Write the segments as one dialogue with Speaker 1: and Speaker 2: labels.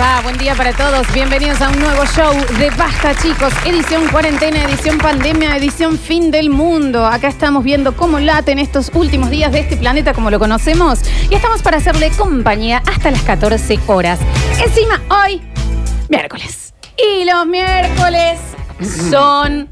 Speaker 1: va? Buen día para todos. Bienvenidos a un nuevo show de Basta, chicos. Edición cuarentena, edición pandemia, edición fin del mundo. Acá estamos viendo cómo laten estos últimos días de este planeta como lo conocemos. Y estamos para hacerle compañía hasta las 14 horas. Encima, hoy, miércoles. Y los miércoles son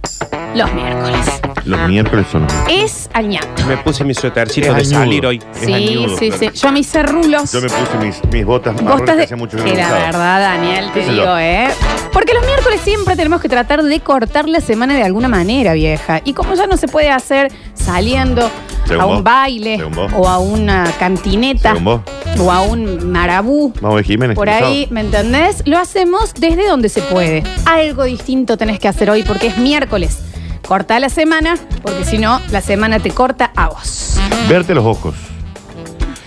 Speaker 1: los miércoles. Ah.
Speaker 2: Los miércoles son.
Speaker 1: Es añato.
Speaker 3: Me puse mi suétercito
Speaker 2: Es
Speaker 3: de
Speaker 2: añudo.
Speaker 3: salir hoy.
Speaker 2: Es
Speaker 1: Sí,
Speaker 2: añudo,
Speaker 1: sí,
Speaker 2: claro.
Speaker 1: sí. Yo me hice rulos.
Speaker 2: Yo me puse mis, mis botas
Speaker 1: Vos
Speaker 2: marrones
Speaker 1: estás
Speaker 2: que
Speaker 1: de-
Speaker 2: hace mucho que no
Speaker 1: Que la
Speaker 2: usaba.
Speaker 1: verdad, Daniel, te
Speaker 2: Sí,
Speaker 1: digo,
Speaker 2: señor.
Speaker 1: ¿eh? Porque los miércoles siempre tenemos que tratar de cortar la semana de alguna manera, vieja. Y como ya no se puede hacer saliendo
Speaker 2: Según
Speaker 1: a un
Speaker 2: vos.
Speaker 1: baile
Speaker 2: Según vos.
Speaker 1: o a una cantineta
Speaker 2: Según vos,
Speaker 1: o a un marabú,
Speaker 2: vamos a ver Jiménez.
Speaker 1: por
Speaker 2: ¿no?
Speaker 1: ahí, ¿me entendés? Lo hacemos desde donde se puede. Algo distinto tenés que hacer hoy porque es miércoles. Corta la semana, porque si no, la semana te corta a vos.
Speaker 2: Verte los ojos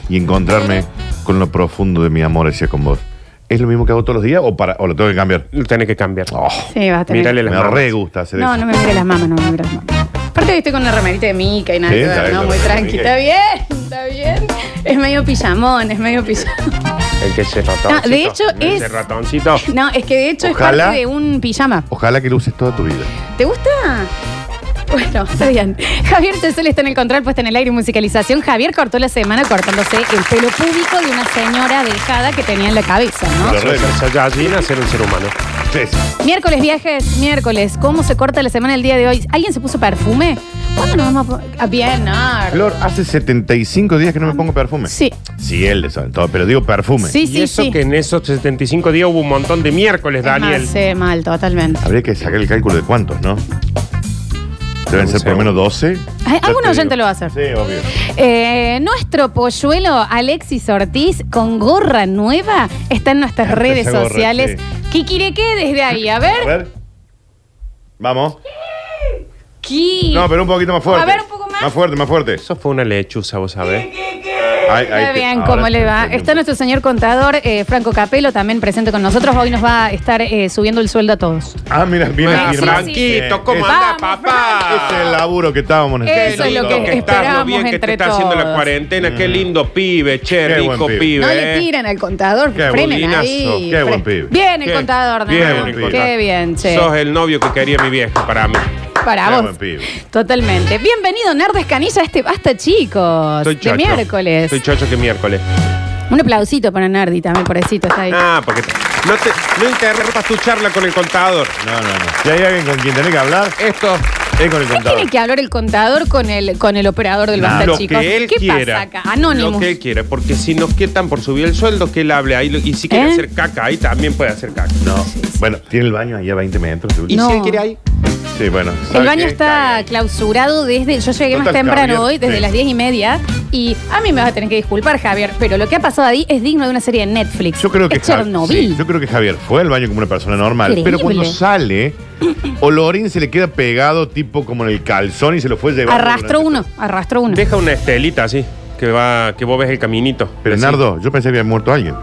Speaker 2: y encontrarme con lo profundo de mi amor hacia con vos. ¿Es lo mismo que hago todos los días o, para, o lo tengo que cambiar?
Speaker 3: Lo tenés que cambiar.
Speaker 2: Oh,
Speaker 1: Sí, vas a tener.
Speaker 3: Mírale las
Speaker 2: me
Speaker 3: manos.
Speaker 2: re gusta hacer
Speaker 1: No,
Speaker 2: eso.
Speaker 1: no me mire las mamas, no me mire las mamas. Aparte hoy estoy con una remerita de Mica y nada
Speaker 2: Sí,
Speaker 1: que ver,
Speaker 2: está bien,
Speaker 1: ¿no?
Speaker 2: la
Speaker 1: Muy
Speaker 2: remera de
Speaker 1: tranqui.
Speaker 2: Mica.
Speaker 1: Está bien, está bien. Es medio pijamón, es medio pijamón.
Speaker 3: El que se ratoncito.
Speaker 1: No, Ah, de hecho,
Speaker 3: El que
Speaker 1: es-
Speaker 3: se ratoncito.
Speaker 1: No, es que de hecho es
Speaker 2: Ojalá.
Speaker 1: parte de un pijama.
Speaker 2: Ojalá que lo uses toda tu vida.
Speaker 1: ¿Te gusta? Bueno, está bien. Javier Tesel está en el control, puesta en el aire y musicalización. Javier cortó la semana cortándose el pelo público de una señora dejada que tenía en la cabeza, ¿no?
Speaker 2: Pero re-
Speaker 3: Ser Saiyajin a ser un ser humano.
Speaker 2: Sí, sí.
Speaker 1: Miércoles, viajes, miércoles. ¿Cómo se corta la semana el día de hoy? ¿Alguien se puso perfume? ¿Cuándo nos vamos a po- Ah, a Vienar?
Speaker 2: Flor, hace 75 días que no me pongo perfume.
Speaker 1: Sí.
Speaker 2: Sí, él le sabe todo, pero digo perfume.
Speaker 1: Sí,
Speaker 3: y
Speaker 1: sí,
Speaker 3: eso
Speaker 1: sí.
Speaker 3: que en esos 75 días hubo un montón de miércoles, Daniel.
Speaker 1: Sí, mal, totalmente.
Speaker 2: Habría que sacar el cálculo de cuántos, ¿no? Deben ser por lo menos 12.
Speaker 1: Ay, algún
Speaker 2: Ya te
Speaker 1: oyente
Speaker 2: digo.
Speaker 1: lo va a hacer.
Speaker 2: Sí, obvio.
Speaker 1: Eh, nuestro polluelo Alexis Ortiz con gorra nueva está en nuestras
Speaker 2: Canta
Speaker 1: redes
Speaker 2: esa gorra,
Speaker 1: sociales. Kikireke desde ahí, a
Speaker 2: A
Speaker 1: ver.
Speaker 2: ver. Vamos.
Speaker 1: Ki.
Speaker 2: No, pero un poquito más fuerte.
Speaker 1: A ver, un poco más.
Speaker 2: Más fuerte, más fuerte.
Speaker 3: Eso fue una lechuza, vos sabés.
Speaker 2: Ahí, ahí
Speaker 1: Está
Speaker 2: te-
Speaker 1: bien,
Speaker 2: ahora
Speaker 1: ¿cómo
Speaker 2: te
Speaker 1: le va?
Speaker 2: entendí.
Speaker 1: Está nuestro señor contador, eh, Franco Capelo, también presente con nosotros. Hoy nos va a estar eh, subiendo el sueldo a todos.
Speaker 2: Ah, mira, bien
Speaker 1: Sí,
Speaker 3: Bueno,
Speaker 1: sí, sí.
Speaker 2: afirmado.
Speaker 3: Franquito, ¿cómo
Speaker 2: Ese-
Speaker 3: anda,
Speaker 1: Vamos,
Speaker 3: papá?
Speaker 2: ese es el laburo que estábamos
Speaker 1: Eso
Speaker 2: necesitando.
Speaker 1: es lo que
Speaker 3: Qué lindo estás,
Speaker 1: esperamos
Speaker 3: lo bien que
Speaker 1: entre
Speaker 3: te está haciendo
Speaker 1: todos. Mm.
Speaker 3: la cuarentena. Qué lindo pibe, che,
Speaker 2: Qué buen
Speaker 3: rico
Speaker 2: pibe.
Speaker 3: pibe.
Speaker 1: No
Speaker 3: eh.
Speaker 1: le tiran al contador,
Speaker 2: Qué
Speaker 1: frenen
Speaker 3: bolinazo,
Speaker 1: ahí.
Speaker 2: qué buen
Speaker 1: Fre-
Speaker 2: pibe.
Speaker 1: Bien el
Speaker 3: Qué-
Speaker 1: contador,
Speaker 3: bien,
Speaker 1: Daniel.
Speaker 2: el
Speaker 3: contador.
Speaker 1: Qué bien, che.
Speaker 3: Sos el novio que quería mi vieja para mí.
Speaker 1: Para
Speaker 2: Qué
Speaker 1: vos.
Speaker 2: buen pibe.
Speaker 1: Totalmente. Bienvenido, Nerdes Canilla, a este Basta, chicos.
Speaker 3: Estoy
Speaker 1: de
Speaker 3: chocho.
Speaker 1: miércoles.
Speaker 3: Estoy chocho que miércoles.
Speaker 1: Un aplausito para Nardi también, pobrecito, está ahí.
Speaker 3: Ah, porque no, te, no interrumpas tu charla con el contador.
Speaker 2: No, no, no. Si hay alguien con quien tenés que hablar,
Speaker 3: Esto,
Speaker 2: es con el
Speaker 1: ¿Qué
Speaker 2: contador.
Speaker 1: tiene que hablar el contador con el, con el operador del
Speaker 2: Nah,
Speaker 1: Basta,
Speaker 3: lo
Speaker 1: Ah. chicos?
Speaker 3: que él
Speaker 1: ¿Qué
Speaker 3: quiera.
Speaker 1: pasa acá? Anónimo.
Speaker 3: Lo que él quiera, porque si nos quietan por subir el sueldo, que él hable ahí. lo- Y si quiere
Speaker 1: ¿Eh?
Speaker 3: hacer caca ahí, también puede hacer caca.
Speaker 2: No. Bueno, tiene el baño ahí a 20 metros. seguro.
Speaker 3: Y
Speaker 1: No.
Speaker 3: si él quiere ahí,
Speaker 2: Sí, bueno.
Speaker 1: El
Speaker 2: ¿sabe
Speaker 1: baño
Speaker 2: qué?
Speaker 1: está
Speaker 2: Cague.
Speaker 1: clausurado desde. Yo llegué más
Speaker 2: Total,
Speaker 1: temprano
Speaker 2: Javier,
Speaker 1: hoy, desde
Speaker 2: sí.
Speaker 1: las diez y media. Y a mí me vas a tener que disculpar, Javier, pero lo que ha pasado ahí es digno de una serie de Netflix.
Speaker 2: Yo creo que
Speaker 1: es Chernobyl.
Speaker 2: sí, yo creo que Javier fue al baño como una persona normal,
Speaker 1: Increíble.
Speaker 2: pero cuando sale, Olorín se le queda pegado tipo como en el calzón y se lo fue llevando.
Speaker 1: arrastró
Speaker 2: durante-
Speaker 1: uno, arrastró uno.
Speaker 3: deja una estelita así, que va, que vos ves el caminito.
Speaker 2: Pero
Speaker 3: Así.
Speaker 2: Nardo, yo pensé que había muerto alguien.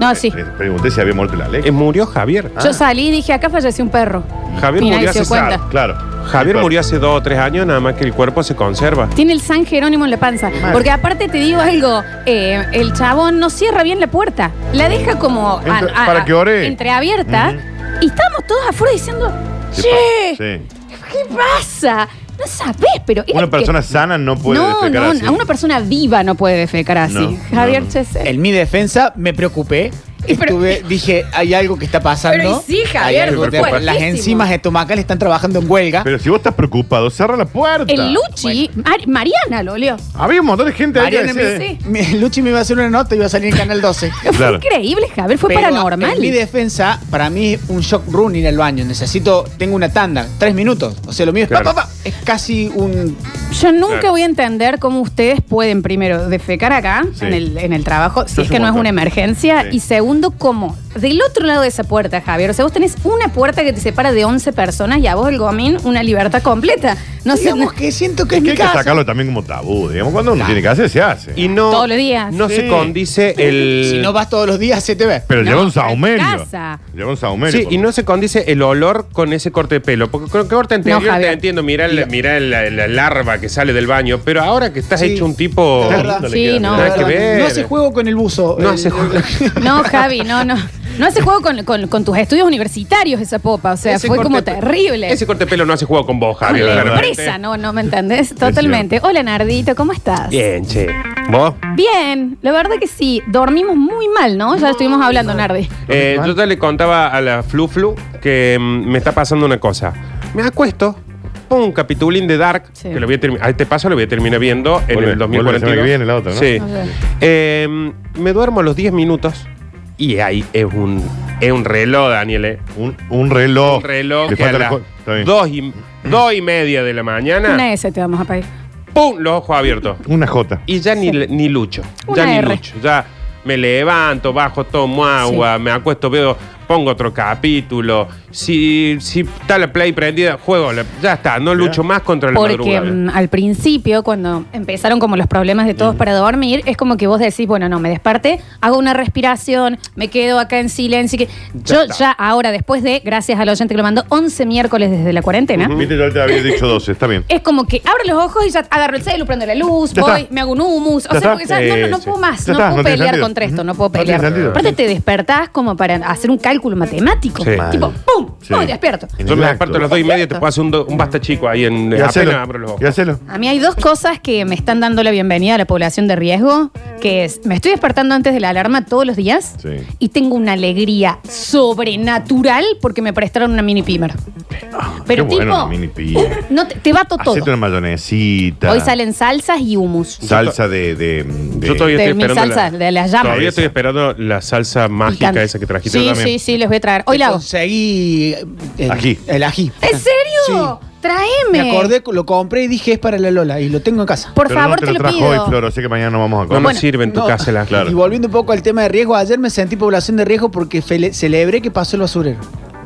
Speaker 1: No, sí.
Speaker 2: Le pregunté si había muerto la ley.
Speaker 3: Eh, murió Javier.
Speaker 1: Yo salí y dije, acá falleció un perro.
Speaker 3: Javier
Speaker 1: Y nadie
Speaker 3: murió
Speaker 1: se dio
Speaker 3: hace
Speaker 1: cuenta.
Speaker 3: sa-
Speaker 2: Claro.
Speaker 3: Javier
Speaker 2: Claro.
Speaker 3: murió hace dos o tres años, nada más que el cuerpo se conserva.
Speaker 1: Tiene el San Jerónimo en la panza. Porque aparte te digo algo, eh, el chabón no cierra bien la puerta. La deja como a-
Speaker 2: Entra-
Speaker 1: a-
Speaker 2: para que ore.
Speaker 1: entreabierta. Y estábamos todos afuera diciendo,
Speaker 2: ¿Qué
Speaker 1: che,
Speaker 2: pasa? Sí.
Speaker 1: ¿qué pasa? No sabés, pero... era
Speaker 2: Una
Speaker 1: que-
Speaker 2: persona sana no puede
Speaker 1: no,
Speaker 2: defecar
Speaker 1: no,
Speaker 2: así.
Speaker 1: a una persona viva no puede defecar así.
Speaker 2: No,
Speaker 1: Javier
Speaker 2: no, no.
Speaker 1: Chesel.
Speaker 4: En mi defensa me preocupé.
Speaker 1: Y pero-
Speaker 4: Estuve, dije, hay algo que está pasando.
Speaker 1: Pero y sí,
Speaker 4: Hay
Speaker 1: Javier,
Speaker 4: algo que-
Speaker 1: fuertísimo.
Speaker 4: Las enzimas estomacales están trabajando en huelga.
Speaker 2: Pero si vos estás preocupado, cerra la puerta.
Speaker 1: El Luchi, Mar- Mariana lo olió.
Speaker 2: Había un montón de gente ahí.
Speaker 4: Mariana
Speaker 2: que
Speaker 4: me,
Speaker 2: decía,
Speaker 1: sí.
Speaker 4: me- Luchi me iba a hacer una nota y iba a salir en Canal 12.
Speaker 2: Claro.
Speaker 1: Fue increíble, Javier, fue
Speaker 4: Pero
Speaker 1: paranormal.
Speaker 4: En mi defensa, para mí es un shock run ir al baño. Necesito, tengo una tanda, tres minutos. O sea, lo mío es pa,
Speaker 3: Claro.
Speaker 4: pa, pa. Es casi un.
Speaker 1: Yo nunca
Speaker 3: Claro.
Speaker 1: voy a entender cómo ustedes pueden, primero, defecar acá,
Speaker 2: Sí.
Speaker 1: en, el, en el trabajo, si
Speaker 2: Yo
Speaker 1: es
Speaker 2: soy
Speaker 1: que
Speaker 2: un
Speaker 1: no es
Speaker 2: montón.
Speaker 1: una emergencia.
Speaker 2: Sí.
Speaker 1: Y segundo, cómo del otro lado de esa puerta, Javier, o sea, vos tenés una puerta que te separa de 11 personas y a vos, el gomín, una libertad completa. No sé,
Speaker 4: digamos que siento que
Speaker 2: Es
Speaker 4: es,
Speaker 2: que
Speaker 4: mi
Speaker 2: hay que
Speaker 4: casa.
Speaker 2: sacarlo también como tabú. Digamos, cuando uno tiene que hacer, se hace.
Speaker 3: Y no.
Speaker 1: Todos los días.
Speaker 3: No
Speaker 2: Sí.
Speaker 3: se condice el.
Speaker 4: Si no vas todos los días, se te ve.
Speaker 2: Pero
Speaker 1: No,
Speaker 2: lleva un
Speaker 1: pero en
Speaker 2: saumerio.
Speaker 1: casa.
Speaker 2: Lleva un saumerio.
Speaker 3: Sí,
Speaker 2: por
Speaker 3: y
Speaker 2: lo
Speaker 3: no se condice el olor con ese corte de pelo. Porque con el corte anterior
Speaker 1: Javier.
Speaker 3: te entiendo, mirá, la, mirá la, la larva que sale del baño. Pero ahora que estás
Speaker 4: Sí.
Speaker 3: hecho un tipo.
Speaker 4: Es
Speaker 2: menos.
Speaker 4: verdad.
Speaker 2: Le
Speaker 1: Sí,
Speaker 2: queda,
Speaker 1: no.
Speaker 2: mira.
Speaker 3: Nada que ver.
Speaker 4: No hace juego con el buzo.
Speaker 3: No
Speaker 4: El-
Speaker 3: hace juego.
Speaker 1: no, Javi, no, no. No hace juego con, con- con tus estudios universitarios esa popa, o sea,
Speaker 3: Ese
Speaker 1: fue
Speaker 3: corte
Speaker 1: como
Speaker 3: pe-
Speaker 1: terrible.
Speaker 3: Ese corte de pelo no hace juego con vos,
Speaker 1: Con
Speaker 3: Javier.
Speaker 1: la
Speaker 3: claramente.
Speaker 1: empresa, no, no, ¿me entendés? Totalmente. Hola Nardito, ¿cómo estás?
Speaker 3: Bien, che. ¿Vos?
Speaker 1: Bien, la verdad que sí, dormimos muy mal, ¿no? Ya estuvimos hablando, Nardi.
Speaker 3: Eh, yo te le contaba a la Flu Flu que mm, me está pasando una cosa. Me acuesto, pongo un capitulín de Dark,
Speaker 1: Sí.
Speaker 3: que lo voy a terminar. A este paso lo voy a terminar viendo en
Speaker 2: Vuelve-
Speaker 3: el
Speaker 2: vuelve la
Speaker 3: 2042.
Speaker 2: semana que viene la otra, ¿no?
Speaker 3: Sí.
Speaker 1: Ok.
Speaker 3: Eh, me duermo a los 10 minutos y ahí es un, es un reloj, Daniel. eh.
Speaker 2: Un, un reloj.
Speaker 3: Un reloj
Speaker 2: Oh, Le
Speaker 3: que a
Speaker 2: falta el
Speaker 3: las
Speaker 2: co- Está bien.
Speaker 3: dos y, dos y media de la
Speaker 1: Una e-
Speaker 3: mañana,
Speaker 1: S te vamos a pedir.
Speaker 3: ¡pum! los ojos abiertos.
Speaker 2: Una J.
Speaker 3: Y ya ni, ni lucho.
Speaker 1: Una
Speaker 3: ya ni
Speaker 1: R.
Speaker 3: lucho. Ya me levanto, bajo, tomo agua, me acuesto, veo, pongo otro capítulo. Si, si está la play prendida, juego. la- ya está, no
Speaker 2: Mirá.
Speaker 3: lucho más contra la
Speaker 1: Porque
Speaker 3: madrugada.
Speaker 1: mm, al principio, cuando empezaron como los problemas de todos para dormir, es como que vos decís, bueno, no, me desperté, hago una respiración, me quedo acá en silencio. y que yo
Speaker 3: está.
Speaker 1: ya ahora, después de, gracias al oyente que lo mandó, 11 miércoles desde la cuarentena,
Speaker 2: Viste, yo te había dicho 12, está bien.
Speaker 1: es como que abro los ojos y ya agarro el celu, prendo la luz,
Speaker 2: Ya
Speaker 1: voy,
Speaker 2: está.
Speaker 1: me hago un humus. O
Speaker 2: Ya
Speaker 1: sea, porque
Speaker 2: está.
Speaker 1: ya, no, no, no
Speaker 3: Sí,
Speaker 1: puedo
Speaker 3: sí.
Speaker 1: más, no
Speaker 2: Ya está,
Speaker 1: puedo
Speaker 2: no tiene
Speaker 1: pelear
Speaker 2: sentido.
Speaker 1: contra esto, no
Speaker 2: No
Speaker 1: puedo
Speaker 2: tiene
Speaker 1: pelear.
Speaker 2: sentido.
Speaker 1: Aparte te despertás como para hacer un cálculo matemático.
Speaker 3: Sí.
Speaker 1: Tipo,
Speaker 2: Mal.
Speaker 1: ¡pum!
Speaker 2: Sí.
Speaker 1: ¡Pum! Despierto.
Speaker 2: En
Speaker 3: Yo
Speaker 2: el
Speaker 3: me
Speaker 2: acto.
Speaker 3: desperto a las dos y media, te puedo hacer un, do- un basta chico ahí en
Speaker 2: Y
Speaker 3: apenas
Speaker 2: hacelo.
Speaker 3: abro los
Speaker 2: Y
Speaker 3: ojos.
Speaker 2: hacelo.
Speaker 1: A mí hay dos cosas que me están dando la bienvenida a la población de riesgo, que es, me estoy despertando antes de la alarma todos los días
Speaker 2: Sí.
Speaker 1: y tengo una alegría sobrenatural porque me prestaron una mini pimer. Pero
Speaker 2: Ah, Qué bueno,
Speaker 1: tipo, uh,
Speaker 2: una mini pilla.
Speaker 1: no te, te bato todo.
Speaker 2: Hacete una mayonesita.
Speaker 1: Hoy salen salsas y humus.
Speaker 2: Salsa de. de, de-
Speaker 3: Yo todavía
Speaker 1: De
Speaker 3: estoy
Speaker 1: mi
Speaker 3: esperando.
Speaker 1: salsa,
Speaker 3: la-
Speaker 1: de las llamas.
Speaker 3: Todavía estoy
Speaker 2: Esa.
Speaker 3: esperando la salsa mágica
Speaker 1: Picante.
Speaker 3: esa que trajiste
Speaker 1: Sí,
Speaker 3: Yo también.
Speaker 1: sí, sí, les voy a traer. Hoy la hago.
Speaker 4: Conseguí. El
Speaker 2: Ají.
Speaker 4: El ají.
Speaker 1: ¿En serio?
Speaker 4: Sí. Me
Speaker 1: Traeme.
Speaker 4: acordé, lo compré y dije es para la Lola y lo tengo en casa.
Speaker 1: Por
Speaker 2: Pero
Speaker 1: favor,
Speaker 2: no te,
Speaker 1: te,
Speaker 2: lo
Speaker 1: lo
Speaker 2: trajo hoy,
Speaker 1: pido.
Speaker 2: Flor, así que mañana no vamos a
Speaker 3: No
Speaker 2: comer.
Speaker 3: me sirve en tu
Speaker 4: No.
Speaker 3: casa la
Speaker 2: Claro.
Speaker 4: Y volviendo un poco al tema de riesgo, ayer me sentí población de riesgo porque fele- celebré que pasó el basurero.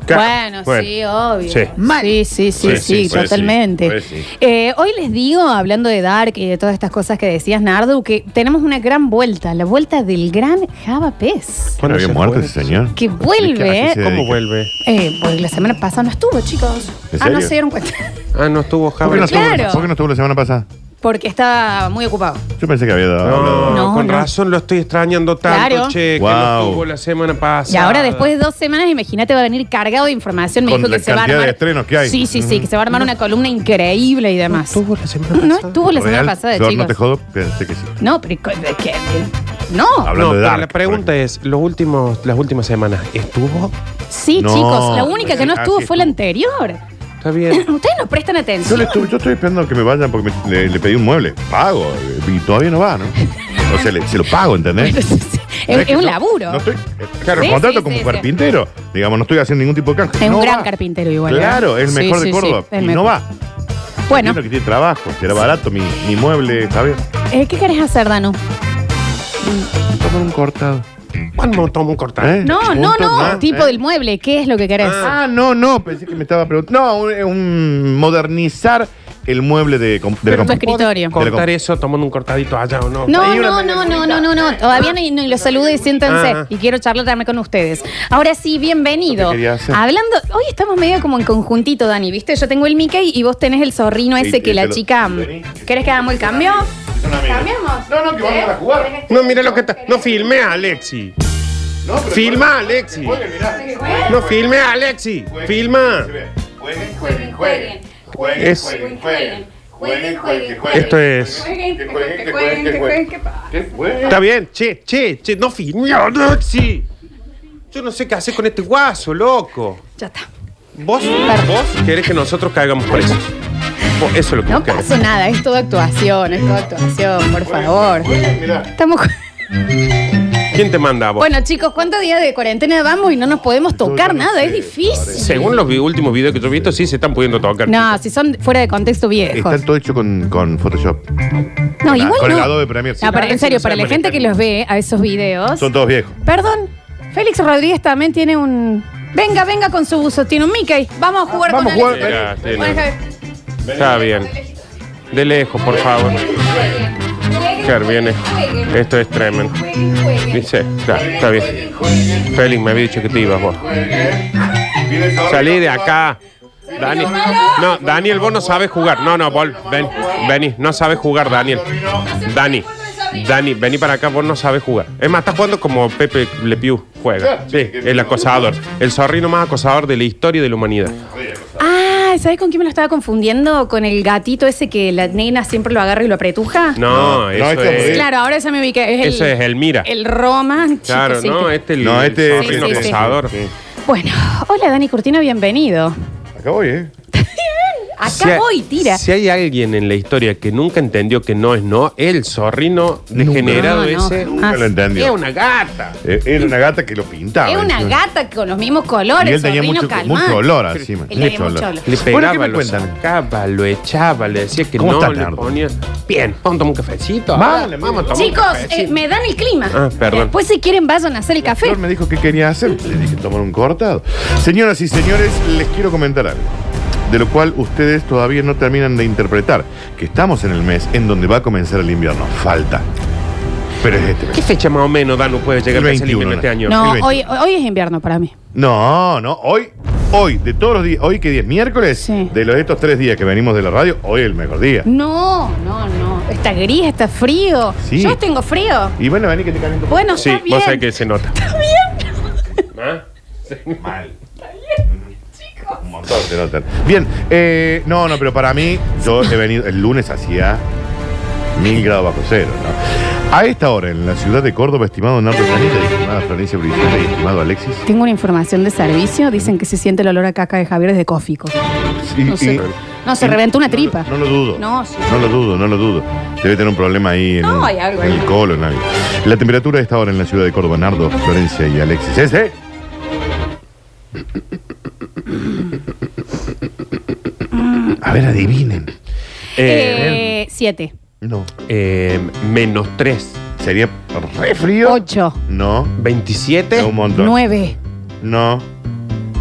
Speaker 1: Bueno, sí, obvio.
Speaker 3: Sí.
Speaker 4: Mal.
Speaker 1: Sí, sí, sí,
Speaker 2: Pues
Speaker 1: sí,
Speaker 2: sí, pues
Speaker 1: totalmente.
Speaker 2: sí, pues sí.
Speaker 1: Eh, hoy les digo, hablando de Dark y de todas estas cosas que decías, Nardu, que tenemos una gran vuelta, la vuelta del gran Java Pez,
Speaker 2: ¿Cuándo había
Speaker 3: se
Speaker 2: muerto
Speaker 3: fue?
Speaker 2: ese señor?
Speaker 1: que
Speaker 2: ¿De qué- a
Speaker 1: vuelve.
Speaker 2: qué se dedica?
Speaker 3: ¿Cómo vuelve?
Speaker 1: Eh, porque la semana pasada no estuvo, chicos.
Speaker 2: ¿En
Speaker 1: Ah, no
Speaker 2: serio?
Speaker 1: se dieron cuenta.
Speaker 3: Ah, no estuvo
Speaker 2: ¿Por
Speaker 3: Javi.
Speaker 2: qué, no estuvo,
Speaker 1: Claro.
Speaker 2: por qué no estuvo la semana pasada?
Speaker 1: Porque estaba muy ocupado.
Speaker 2: Yo pensé que había dado.
Speaker 3: No,
Speaker 1: No,
Speaker 3: con
Speaker 1: no.
Speaker 3: razón lo estoy extrañando tanto,
Speaker 1: Claro.
Speaker 3: che, que
Speaker 2: Guau.
Speaker 3: no estuvo la semana pasada.
Speaker 1: Y ahora, después de dos semanas, imagínate, va a venir cargado de información. Me
Speaker 2: Con
Speaker 1: dijo
Speaker 2: la
Speaker 1: que se va a
Speaker 2: cantidad
Speaker 1: armar.
Speaker 2: de estrenos que hay.
Speaker 1: Sí, sí, sí, que se va a armar una columna increíble y demás.
Speaker 3: estuvo la semana pasada.
Speaker 1: No estuvo la semana
Speaker 2: Real,
Speaker 1: pasada,
Speaker 2: Flor,
Speaker 1: chicos.
Speaker 2: no te jodo, pensé que sí.
Speaker 1: No, pero ¿qué? qué- No,
Speaker 2: Hablando
Speaker 3: no,
Speaker 2: de
Speaker 3: pero
Speaker 2: Dark,
Speaker 3: la pregunta
Speaker 2: por
Speaker 3: es, los últimos, las últimas semanas, ¿estuvo?
Speaker 1: sí,
Speaker 2: No.
Speaker 1: chicos, la única que no
Speaker 2: Ah, sí,
Speaker 1: estuvo fue la
Speaker 2: estuvo.
Speaker 1: anterior.
Speaker 3: Está bien.
Speaker 1: Ustedes no prestan
Speaker 2: Yo,
Speaker 1: atención.
Speaker 2: le estuve- yo estoy esperando que me vayan porque me- le, le pedí un mueble. Pago. eh, Y todavía no va, ¿no? O sea, le- se lo pago, ¿entendés?
Speaker 1: Pero sí, sí,
Speaker 2: No
Speaker 1: es,
Speaker 2: que
Speaker 1: es un
Speaker 2: no-
Speaker 1: laburo.
Speaker 2: no estoy- eh, claro,
Speaker 1: Sí,
Speaker 2: contrato
Speaker 1: sí,
Speaker 2: como
Speaker 1: sí,
Speaker 2: carpintero. Digamos, no estoy haciendo ningún tipo de canje.
Speaker 1: es un
Speaker 2: No
Speaker 1: gran
Speaker 2: va.
Speaker 1: carpintero igual. ¿eh?
Speaker 2: Claro, es el
Speaker 1: Sí,
Speaker 2: mejor
Speaker 1: sí,
Speaker 2: de
Speaker 1: sí,
Speaker 2: Córdoba.
Speaker 1: el
Speaker 2: y
Speaker 1: mejor.
Speaker 2: no va.
Speaker 1: Bueno,
Speaker 2: Entiendo que tiene trabajo. Será barato mi, mi mueble, ¿sabes?
Speaker 1: eh, ¿qué querés hacer, Danu?
Speaker 2: Tomar un cortado.
Speaker 3: ¿Cuándo tomo un cortado?
Speaker 2: ¿Eh?
Speaker 1: No, no,
Speaker 2: Punto,
Speaker 1: no.
Speaker 2: ¿no?
Speaker 1: tipo
Speaker 2: ¿Eh?
Speaker 1: del mueble, ¿qué es lo que querés?
Speaker 2: Ah, no, no. Pensé que me estaba preguntando. No, un, eh, un modernizar el mueble de, com- de la
Speaker 1: Pero tu
Speaker 2: compu.
Speaker 1: escritorio.
Speaker 3: Cortar eso tomando un cortadito allá o no.
Speaker 1: No,
Speaker 2: Pedí una
Speaker 1: no, no, no, no, no, no. Todavía no, no, y los salude y siéntanse.
Speaker 3: Ah.
Speaker 1: Y quiero charlarme con ustedes. Ahora sí, bienvenido.
Speaker 2: Lo que quería hacer.
Speaker 1: Hablando, hoy estamos medio como en conjuntito, Dani, ¿viste? Yo tengo el Mickey y vos tenés el zorrino
Speaker 2: Sí,
Speaker 1: ese que
Speaker 2: sí,
Speaker 1: la
Speaker 2: te lo-
Speaker 1: chica. mm,
Speaker 2: Vení.
Speaker 1: ¿Querés que hagamos el cambio?
Speaker 2: Son amigos.
Speaker 1: ¿Cambiamos? ¿Eh?
Speaker 2: No, no, que vamos a jugar.
Speaker 1: ¿Querés que-
Speaker 3: No, mira lo que está. No filme a Alexi.
Speaker 2: No, pero-
Speaker 3: Filma, Alexi.
Speaker 2: Jueguen, mirá.
Speaker 3: No filme a Alexi.
Speaker 2: Jueguen,
Speaker 3: Filma.
Speaker 2: se ve. Jueguen,
Speaker 1: Jueguen, jueguen.
Speaker 2: Jueguen,
Speaker 3: Es-
Speaker 2: jueguen,
Speaker 1: Jueguen, jueguen,
Speaker 3: Esto es.
Speaker 1: Jueguen, que jueguen, que jueguen, que jueguen, que pa-
Speaker 2: Que jueguen.
Speaker 3: Está bien, che, che, che, no filme a Alexi. Yo no sé qué hacer con este guaso, loco.
Speaker 1: Ya está.
Speaker 3: Vos, vos querés que nosotros caigamos presos. Vos- Eso es lo que
Speaker 1: No
Speaker 3: vos querés.
Speaker 1: pasó nada, es toda actuación, es toda actuación, por favor. Estamos.
Speaker 3: ¿Quién te manda a vos?
Speaker 1: Bueno, chicos, ¿cuántos días de cuarentena vamos y no nos podemos tocar
Speaker 2: no
Speaker 1: nada?
Speaker 2: sé,
Speaker 1: es difícil.
Speaker 3: Según los vi- últimos videos que yo he visto, sí se están pudiendo tocar.
Speaker 1: No, si son fuera de contexto viejos.
Speaker 2: Está todo hecho con, con Photoshop.
Speaker 1: No,
Speaker 2: con
Speaker 1: igual
Speaker 2: el
Speaker 1: no.
Speaker 2: Adobe Premiere.
Speaker 1: No, para- en serio, para la
Speaker 3: Manejan.
Speaker 1: gente que los ve a esos videos.
Speaker 2: Son todos viejos.
Speaker 1: Perdón, Félix Rodríguez también tiene un. Venga, venga con su buzo. Tiene un Mickey. Vamos a jugar
Speaker 2: Vamos
Speaker 1: con
Speaker 2: a
Speaker 1: Alex.
Speaker 3: jugar.
Speaker 1: Vení.
Speaker 3: Sí, no.
Speaker 1: Bueno, Javi.
Speaker 3: Está bien. De lejos, por favor. Claro, viene. Esto es tremendo. Dice, está, está bien. Félix me había dicho que te ibas vos. Salí de acá. Dani, no, Daniel, vos no sabes jugar. No, no, vol, ven, vení, no sabes jugar, Daniel. Dani, Dani, vení para acá, vos no sabes jugar. Es más, estás jugando como Pepe Le Pew
Speaker 2: Claro,
Speaker 3: juega. Sí,
Speaker 2: sí, que-
Speaker 3: el acosador. El zorrino más acosador de la historia y de la humanidad.
Speaker 1: Ah, ¿sabes con quién me lo estaba confundiendo? Con el gatito ese que la nena siempre lo agarra y lo apretuja.
Speaker 3: No,
Speaker 2: No,
Speaker 3: eso
Speaker 2: no, este
Speaker 3: es.
Speaker 2: es-
Speaker 1: Claro, ahora esa me ubiqué. Es el,
Speaker 3: Eso es Elmira.
Speaker 1: el romántico.
Speaker 3: Claro,
Speaker 1: sí,
Speaker 3: no,
Speaker 1: que-
Speaker 3: este el,
Speaker 2: No, este
Speaker 3: el
Speaker 1: Sí,
Speaker 3: zorrino
Speaker 1: sí, sí.
Speaker 3: acosador.
Speaker 1: Bueno, hola Dani Curtino, bienvenido.
Speaker 2: Acá voy, ¿eh?
Speaker 1: Acá
Speaker 3: Si hay-
Speaker 1: voy, tira.
Speaker 3: Si hay alguien en la historia que nunca entendió que no es no, el zorrino
Speaker 2: Nunca.
Speaker 3: degenerado
Speaker 1: No, no,
Speaker 3: ese
Speaker 2: Nunca
Speaker 1: Ah,
Speaker 2: lo
Speaker 3: es
Speaker 2: entendió.
Speaker 3: una gata.
Speaker 2: Eh, Era una gata que lo pintaba.
Speaker 1: es una
Speaker 2: ¿eh?
Speaker 1: gata con los mismos
Speaker 2: Y
Speaker 1: colores.
Speaker 2: él tenía
Speaker 1: zorrino
Speaker 2: mucho,
Speaker 1: calmante.
Speaker 2: mucho olor encima.
Speaker 1: Él tenía mucho olor.
Speaker 3: Le
Speaker 2: Bueno, ¿qué
Speaker 3: pegaba,
Speaker 2: me
Speaker 3: lo
Speaker 2: cuentan?
Speaker 3: sacaba, lo echaba, le decía que
Speaker 2: ¿Cómo
Speaker 3: no,
Speaker 2: estás,
Speaker 3: le
Speaker 2: Nardo?
Speaker 3: ponía... Bien, vamos a tomar un cafecito.
Speaker 2: Vale,
Speaker 3: ahora, vamos a tomar un
Speaker 1: Chicos,
Speaker 3: cafecito.
Speaker 1: eh, me dan el clima.
Speaker 3: Ah, perdón.
Speaker 1: Después si quieren vayan a hacer el café.
Speaker 2: Flor me dijo que quería hacer. Le dije tomar un cortado. Señoras y señores, les quiero comentar algo. De lo cual ustedes todavía no terminan de interpretar. Que estamos en el mes en donde va a comenzar el invierno. Falta. Pero es este mes.
Speaker 3: ¿Qué fecha más o menos, Danu, puede llegar
Speaker 2: El
Speaker 3: a ser
Speaker 2: 21,
Speaker 3: este año?
Speaker 1: No,
Speaker 2: El
Speaker 1: hoy, hoy es invierno para mí.
Speaker 2: No, no. Hoy, hoy, de todos los días, hoy que día es miércoles,
Speaker 1: Sí.
Speaker 2: de los estos tres días que venimos de la radio, hoy es el mejor día.
Speaker 1: No, no, no. Está gris, está frío.
Speaker 2: Sí.
Speaker 1: Yo tengo frío.
Speaker 2: Y bueno, vení que te caliento.
Speaker 1: Bueno,
Speaker 3: Sí,
Speaker 1: está bien.
Speaker 3: vos sabés que se nota. ¿Ah?
Speaker 2: Mal. Un montón se notan. Bien, eh, no, no, pero para mí, yo he venido, el lunes hacía mil grados bajo cero, ¿no? A esta hora, en la ciudad de Córdoba, estimado Nardo Sanita, estimada Florencia Brizuela y estimado Alexis,
Speaker 1: Tengo una información de servicio. Dicen que se siente el olor a caca de Javier desde Cófico.
Speaker 2: y-
Speaker 1: No sé.
Speaker 2: y-
Speaker 1: No, se
Speaker 2: y-
Speaker 1: reventó una
Speaker 2: no lo-
Speaker 1: tripa.
Speaker 2: No, lo dudo.
Speaker 1: No, sí.
Speaker 2: No lo dudo, no lo dudo. Debe tener un problema ahí en,
Speaker 1: No,
Speaker 2: un-
Speaker 1: hay algo
Speaker 2: en
Speaker 1: ahí.
Speaker 2: el colon. algo. La temperatura a esta hora en la ciudad de Córdoba, Nardo, Florencia y Alexis es de...
Speaker 1: Mm.
Speaker 2: A ver, adivinen.
Speaker 3: Eh,
Speaker 1: Eh, siete.
Speaker 2: No.
Speaker 3: eh, menos 3.
Speaker 2: Sería re frío.
Speaker 1: Ocho.
Speaker 2: No. Es un
Speaker 3: ¿27?
Speaker 2: montón.
Speaker 1: Nueve.
Speaker 2: No.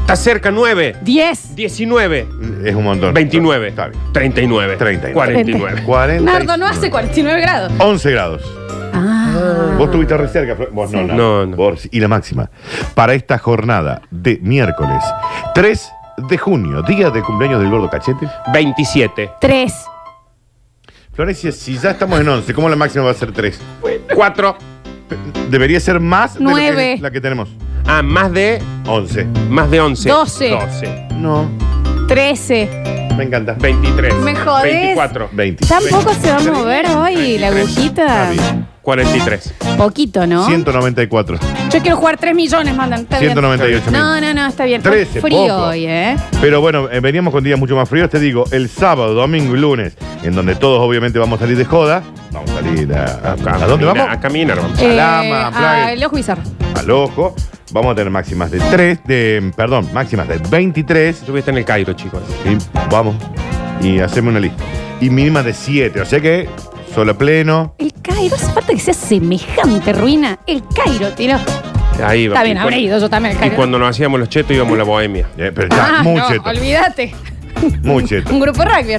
Speaker 3: Está cerca 9.
Speaker 1: Diez.
Speaker 3: 19.
Speaker 2: Es un montón.
Speaker 3: 29.
Speaker 2: Está bien.
Speaker 3: 39.
Speaker 2: 39.
Speaker 3: 49.
Speaker 2: 40.
Speaker 1: Nardo, no hace 49 grados.
Speaker 2: 11 grados.
Speaker 1: Ah.
Speaker 2: Vos estuviste re cerca, Flor. vos no,
Speaker 1: Sí.
Speaker 2: no.
Speaker 3: No, no.
Speaker 2: Vos- y la máxima. Para esta jornada de miércoles 3 de junio, día de cumpleaños del gordo cachete.
Speaker 3: 27.
Speaker 1: Tres.
Speaker 2: Florencia, si ya estamos en 11, ¿cómo la máxima va a ser 3?
Speaker 3: 4.
Speaker 2: Debería ser más de lo que-
Speaker 1: Nueve.
Speaker 2: la que tenemos.
Speaker 3: Ah, más de
Speaker 2: 11.
Speaker 3: más de 11.
Speaker 1: Doce.
Speaker 3: 12.
Speaker 2: No.
Speaker 1: Trece.
Speaker 2: Me encanta.
Speaker 3: 23.
Speaker 1: Me jodés.
Speaker 3: 24.
Speaker 2: 20.
Speaker 1: Tampoco se va a mover hoy la agujita.
Speaker 2: Está bien.
Speaker 3: 43.
Speaker 1: Poquito, ¿no?
Speaker 2: 194.
Speaker 1: Yo quiero jugar 3 millones, mandan. Está bien.
Speaker 2: 198 mil.
Speaker 1: No, no, no, está bien. Está
Speaker 2: Trece,
Speaker 1: frío
Speaker 2: poco.
Speaker 1: hoy, ¿eh?
Speaker 2: Pero bueno, eh, veníamos con días mucho más fríos, te digo, el sábado, domingo y lunes, en donde todos obviamente vamos a salir de joda. Vamos a salir a... ¿A, ¿a dónde vamos?
Speaker 3: A caminar, vamos.
Speaker 1: Eh,
Speaker 2: Salama, Plague.
Speaker 1: a los Wizard.
Speaker 2: Al ojo. Vamos a tener máximas de 3, de, perdón, máximas de 23.
Speaker 3: Yo voy a estar en el Cairo, chicos.
Speaker 2: Y vamos. Y hacemos una lista. Y mínimas de 7, o sea que sol a pleno.
Speaker 1: El Cairo, hace falta que sea semejante ruina. El Cairo, tiro.
Speaker 3: Ahí va.
Speaker 1: Está bien,
Speaker 3: Y
Speaker 1: habré
Speaker 3: cuando-
Speaker 1: ido yo también al
Speaker 3: Y
Speaker 1: Cairo.
Speaker 3: cuando nos hacíamos los chetos íbamos a la bohemia.
Speaker 2: Eh, pero está
Speaker 1: Ah,
Speaker 2: muy
Speaker 1: no,
Speaker 2: cheto,
Speaker 1: olvídate.
Speaker 2: muy cheto.
Speaker 1: Un grupo de rugby.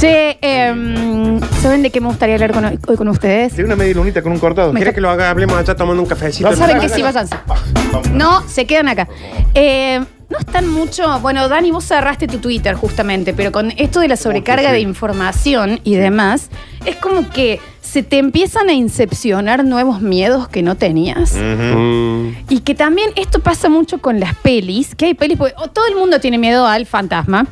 Speaker 1: Che, em, ¿saben de qué me gustaría hablar con- hoy con ustedes?
Speaker 2: Tiene una media lunita con un cortado.
Speaker 1: Me-
Speaker 3: ¿Quieres que lo haga? Hablemos allá tomando un cafecito.
Speaker 2: Vas a
Speaker 1: Saben
Speaker 2: Dale,
Speaker 1: que
Speaker 2: dale,
Speaker 1: sí,
Speaker 2: dale.
Speaker 1: vayanse. No, se quedan acá. Eh, no están mucho. Bueno, Dani, vos cerraste tu Twitter justamente, pero con esto de la sobrecarga
Speaker 2: sí.
Speaker 1: de información y demás, es como que se te empiezan a incepcionar nuevos miedos que no tenías.
Speaker 2: Ujú.
Speaker 3: Mm,
Speaker 1: Y que también esto pasa mucho con las pelis, que hay pelis, porque oh, todo el mundo tiene miedo al fantasma.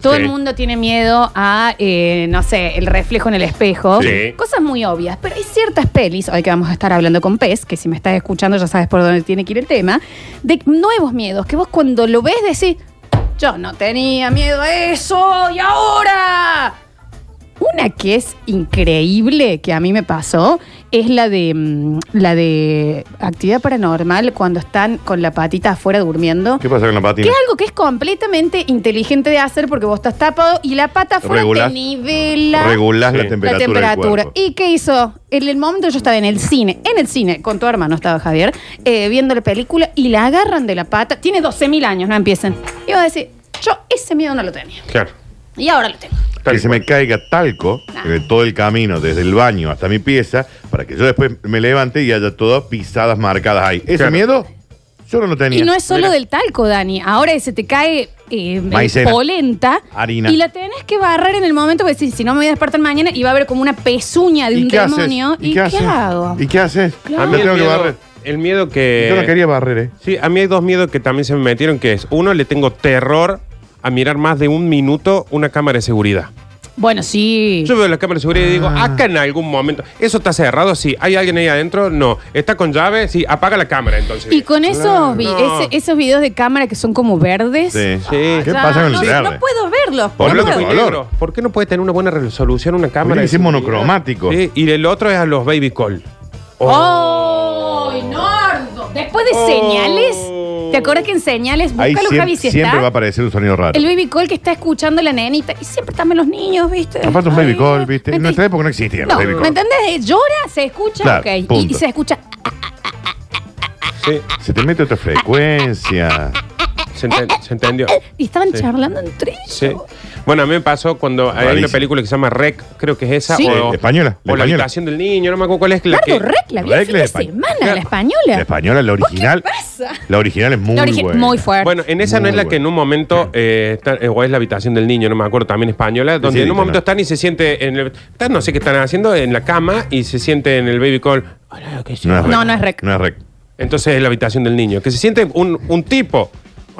Speaker 1: Todo
Speaker 3: Sí.
Speaker 1: el mundo tiene miedo a, eh, no sé, el reflejo en el espejo.
Speaker 3: Sí.
Speaker 1: Cosas muy obvias. Pero hay ciertas pelis, hoy que vamos a estar hablando con Pez, que si me estás escuchando ya sabes por dónde tiene que ir el tema, de nuevos miedos, que vos cuando lo ves decís, yo no tenía miedo a eso, y ahora. Una que es increíble que a mí me pasó es la de mm, la de actividad paranormal cuando están con la patita afuera durmiendo.
Speaker 2: ¿Qué pasa con la
Speaker 1: Que
Speaker 2: patina?
Speaker 1: es algo que es completamente inteligente de hacer porque vos estás tapado y la pata afuera
Speaker 2: Regulás-
Speaker 1: te nivela
Speaker 2: Regulás la
Speaker 3: Sí.
Speaker 2: temperatura. del cuerpo.
Speaker 1: ¿Y qué hizo? En el momento yo estaba en el cine, en el cine, con tu hermano estaba Javier, eh, viendo la película y la agarran de la pata. Tiene 12.000 años, no empiecen. Y vos decís, yo ese miedo no lo tenía.
Speaker 3: claro.
Speaker 1: Y ahora lo tengo.
Speaker 3: Tal
Speaker 2: que se me
Speaker 3: cual.
Speaker 2: caiga talco
Speaker 1: Nah.
Speaker 2: de todo el camino, desde el baño hasta mi pieza, para que yo después me levante y haya todas pisadas marcadas ahí. Ese
Speaker 3: Claro.
Speaker 2: miedo, yo no lo tenía.
Speaker 1: Y no es solo
Speaker 3: Mira.
Speaker 1: del talco, Dani. Ahora se te cae eh, eh,
Speaker 2: Maicena.
Speaker 1: polenta
Speaker 2: Harina.
Speaker 1: y la tenés que barrer en el momento porque si, si no me voy a despertar mañana y va a haber como una pezuña de un
Speaker 2: haces?
Speaker 1: demonio. ¿Y, qué,
Speaker 2: haces?
Speaker 1: hago?
Speaker 2: ¿Y qué haces?
Speaker 1: Claro.
Speaker 3: A mí
Speaker 2: Yo
Speaker 3: el
Speaker 2: tengo que
Speaker 3: miedo-
Speaker 2: barrer.
Speaker 3: El miedo que.
Speaker 2: Yo no quería barrer, ¿eh?
Speaker 3: Sí, a mí hay dos miedos que también se me metieron, que es, uno, le tengo terror a mirar más de un minuto una cámara de seguridad.
Speaker 1: Bueno, sí.
Speaker 3: Yo veo la cámara de seguridad y digo,
Speaker 2: Ah.
Speaker 3: acá en algún momento, ¿eso está cerrado? Sí. ¿Hay alguien ahí adentro? No. ¿Está con llave? Sí. Apaga la cámara entonces.
Speaker 1: Y con esos, vi-
Speaker 3: No.
Speaker 1: ese- esos videos de cámara que son como verdes.
Speaker 2: Sí.
Speaker 3: Sí.
Speaker 2: ¿Qué
Speaker 1: ya,
Speaker 2: pasa con el
Speaker 1: no,
Speaker 2: verde?
Speaker 1: no puedo verlos.
Speaker 2: Ponlo
Speaker 1: no
Speaker 2: de
Speaker 1: puedo.
Speaker 2: color.
Speaker 3: ¿Por qué no puede tener una buena resolución una cámara?
Speaker 2: Tiene que ser
Speaker 3: seguridad?
Speaker 2: monocromático.
Speaker 3: Sí, y el otro es a los baby call.
Speaker 1: ¡Ay, Nardo! Después de
Speaker 3: Oh.
Speaker 1: señales, ¿te acuerdas que en señales
Speaker 2: Oh. Ahí
Speaker 1: búscalo,
Speaker 2: siem-
Speaker 1: Javi, si
Speaker 2: siempre va a
Speaker 1: está?
Speaker 2: aparecer un sonido raro.
Speaker 1: El baby call que está escuchando la nenita. Y siempre están los niños, ¿viste?
Speaker 2: Aparte un
Speaker 1: Ay,
Speaker 2: baby call, ¿viste?
Speaker 1: ¿me
Speaker 2: En nuestra
Speaker 1: entendés?
Speaker 2: época no existían
Speaker 1: No,
Speaker 2: los
Speaker 1: ¿me
Speaker 2: baby call.
Speaker 1: entendés? Eh, Llora, se escucha,
Speaker 2: Claro,
Speaker 1: ok. Y- Y,
Speaker 2: punto.
Speaker 1: se escucha.
Speaker 3: Sí.
Speaker 2: Se te mete otra
Speaker 1: Ah.
Speaker 2: frecuencia.
Speaker 3: Se, enten- se entendió.
Speaker 1: Y estaban
Speaker 3: Sí.
Speaker 1: charlando entre ellos.
Speaker 3: Sí. Bueno, a mí me pasó cuando hay una
Speaker 2: Rarísimo.
Speaker 3: película que se llama Rec, creo que es esa.
Speaker 1: Sí.
Speaker 3: O,
Speaker 2: Eh, española,
Speaker 3: O
Speaker 2: la
Speaker 3: la
Speaker 2: española.
Speaker 3: habitación del niño, no me acuerdo cuál es. La
Speaker 1: Nardo,
Speaker 3: que,
Speaker 1: rec, la vi el fin
Speaker 2: Recle
Speaker 1: de
Speaker 2: de España.
Speaker 1: semana, la
Speaker 2: La
Speaker 1: española.
Speaker 2: española, la original.
Speaker 1: pasa?
Speaker 2: La original es muy
Speaker 1: La origi-
Speaker 2: buena.
Speaker 1: muy fuerte.
Speaker 3: Bueno, en esa
Speaker 2: Muy
Speaker 3: no es la que
Speaker 2: bueno.
Speaker 3: en un momento, eh, está- eh, o es la habitación del niño, no me acuerdo, también española, donde
Speaker 2: sí,
Speaker 3: en
Speaker 2: que
Speaker 3: un momento
Speaker 2: no.
Speaker 3: están y se siente, en el- están, no sé qué están haciendo, en la cama y se siente en el baby call. Hola, ¿qué
Speaker 2: No es rec.
Speaker 1: No, no es rec.
Speaker 2: No es rec.
Speaker 3: Entonces es la habitación del niño, que se siente un, un tipo.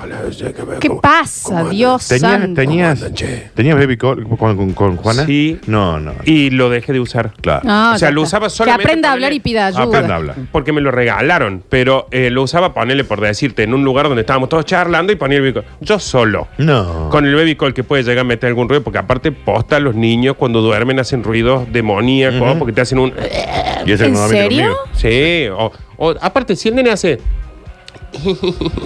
Speaker 3: Hola, che, ¿qué me-
Speaker 1: ¿Qué
Speaker 3: eh, cómo-
Speaker 1: pasa, Dios
Speaker 2: ¿Tenías,
Speaker 1: santo?
Speaker 2: tenías,
Speaker 3: andan, che?
Speaker 2: tenías baby call con, con- con Juana?
Speaker 3: Sí.
Speaker 2: No, no.
Speaker 3: Y lo dejé de usar.
Speaker 2: claro. Ah,
Speaker 1: No,
Speaker 3: o sea,
Speaker 1: ya
Speaker 3: lo
Speaker 1: está.
Speaker 3: usaba solamente.
Speaker 1: Que aprenda a
Speaker 3: ponele-
Speaker 1: hablar y pida ayuda.
Speaker 2: Aprenda a hablar.
Speaker 3: Porque me lo regalaron, pero eh, lo usaba, ponele, por decirte, en un lugar donde estábamos todos charlando y ponía el baby call. Yo solo.
Speaker 2: No.
Speaker 3: Con el baby call que puede llegar a meter algún ruido, porque aparte posta los niños cuando duermen hacen ruidos demoníacos, porque te hacen un...
Speaker 2: Y ese
Speaker 1: ¿En
Speaker 2: no dormía
Speaker 1: serio?
Speaker 2: conmigo.
Speaker 3: Sí, o, o- aparte si el nene hace...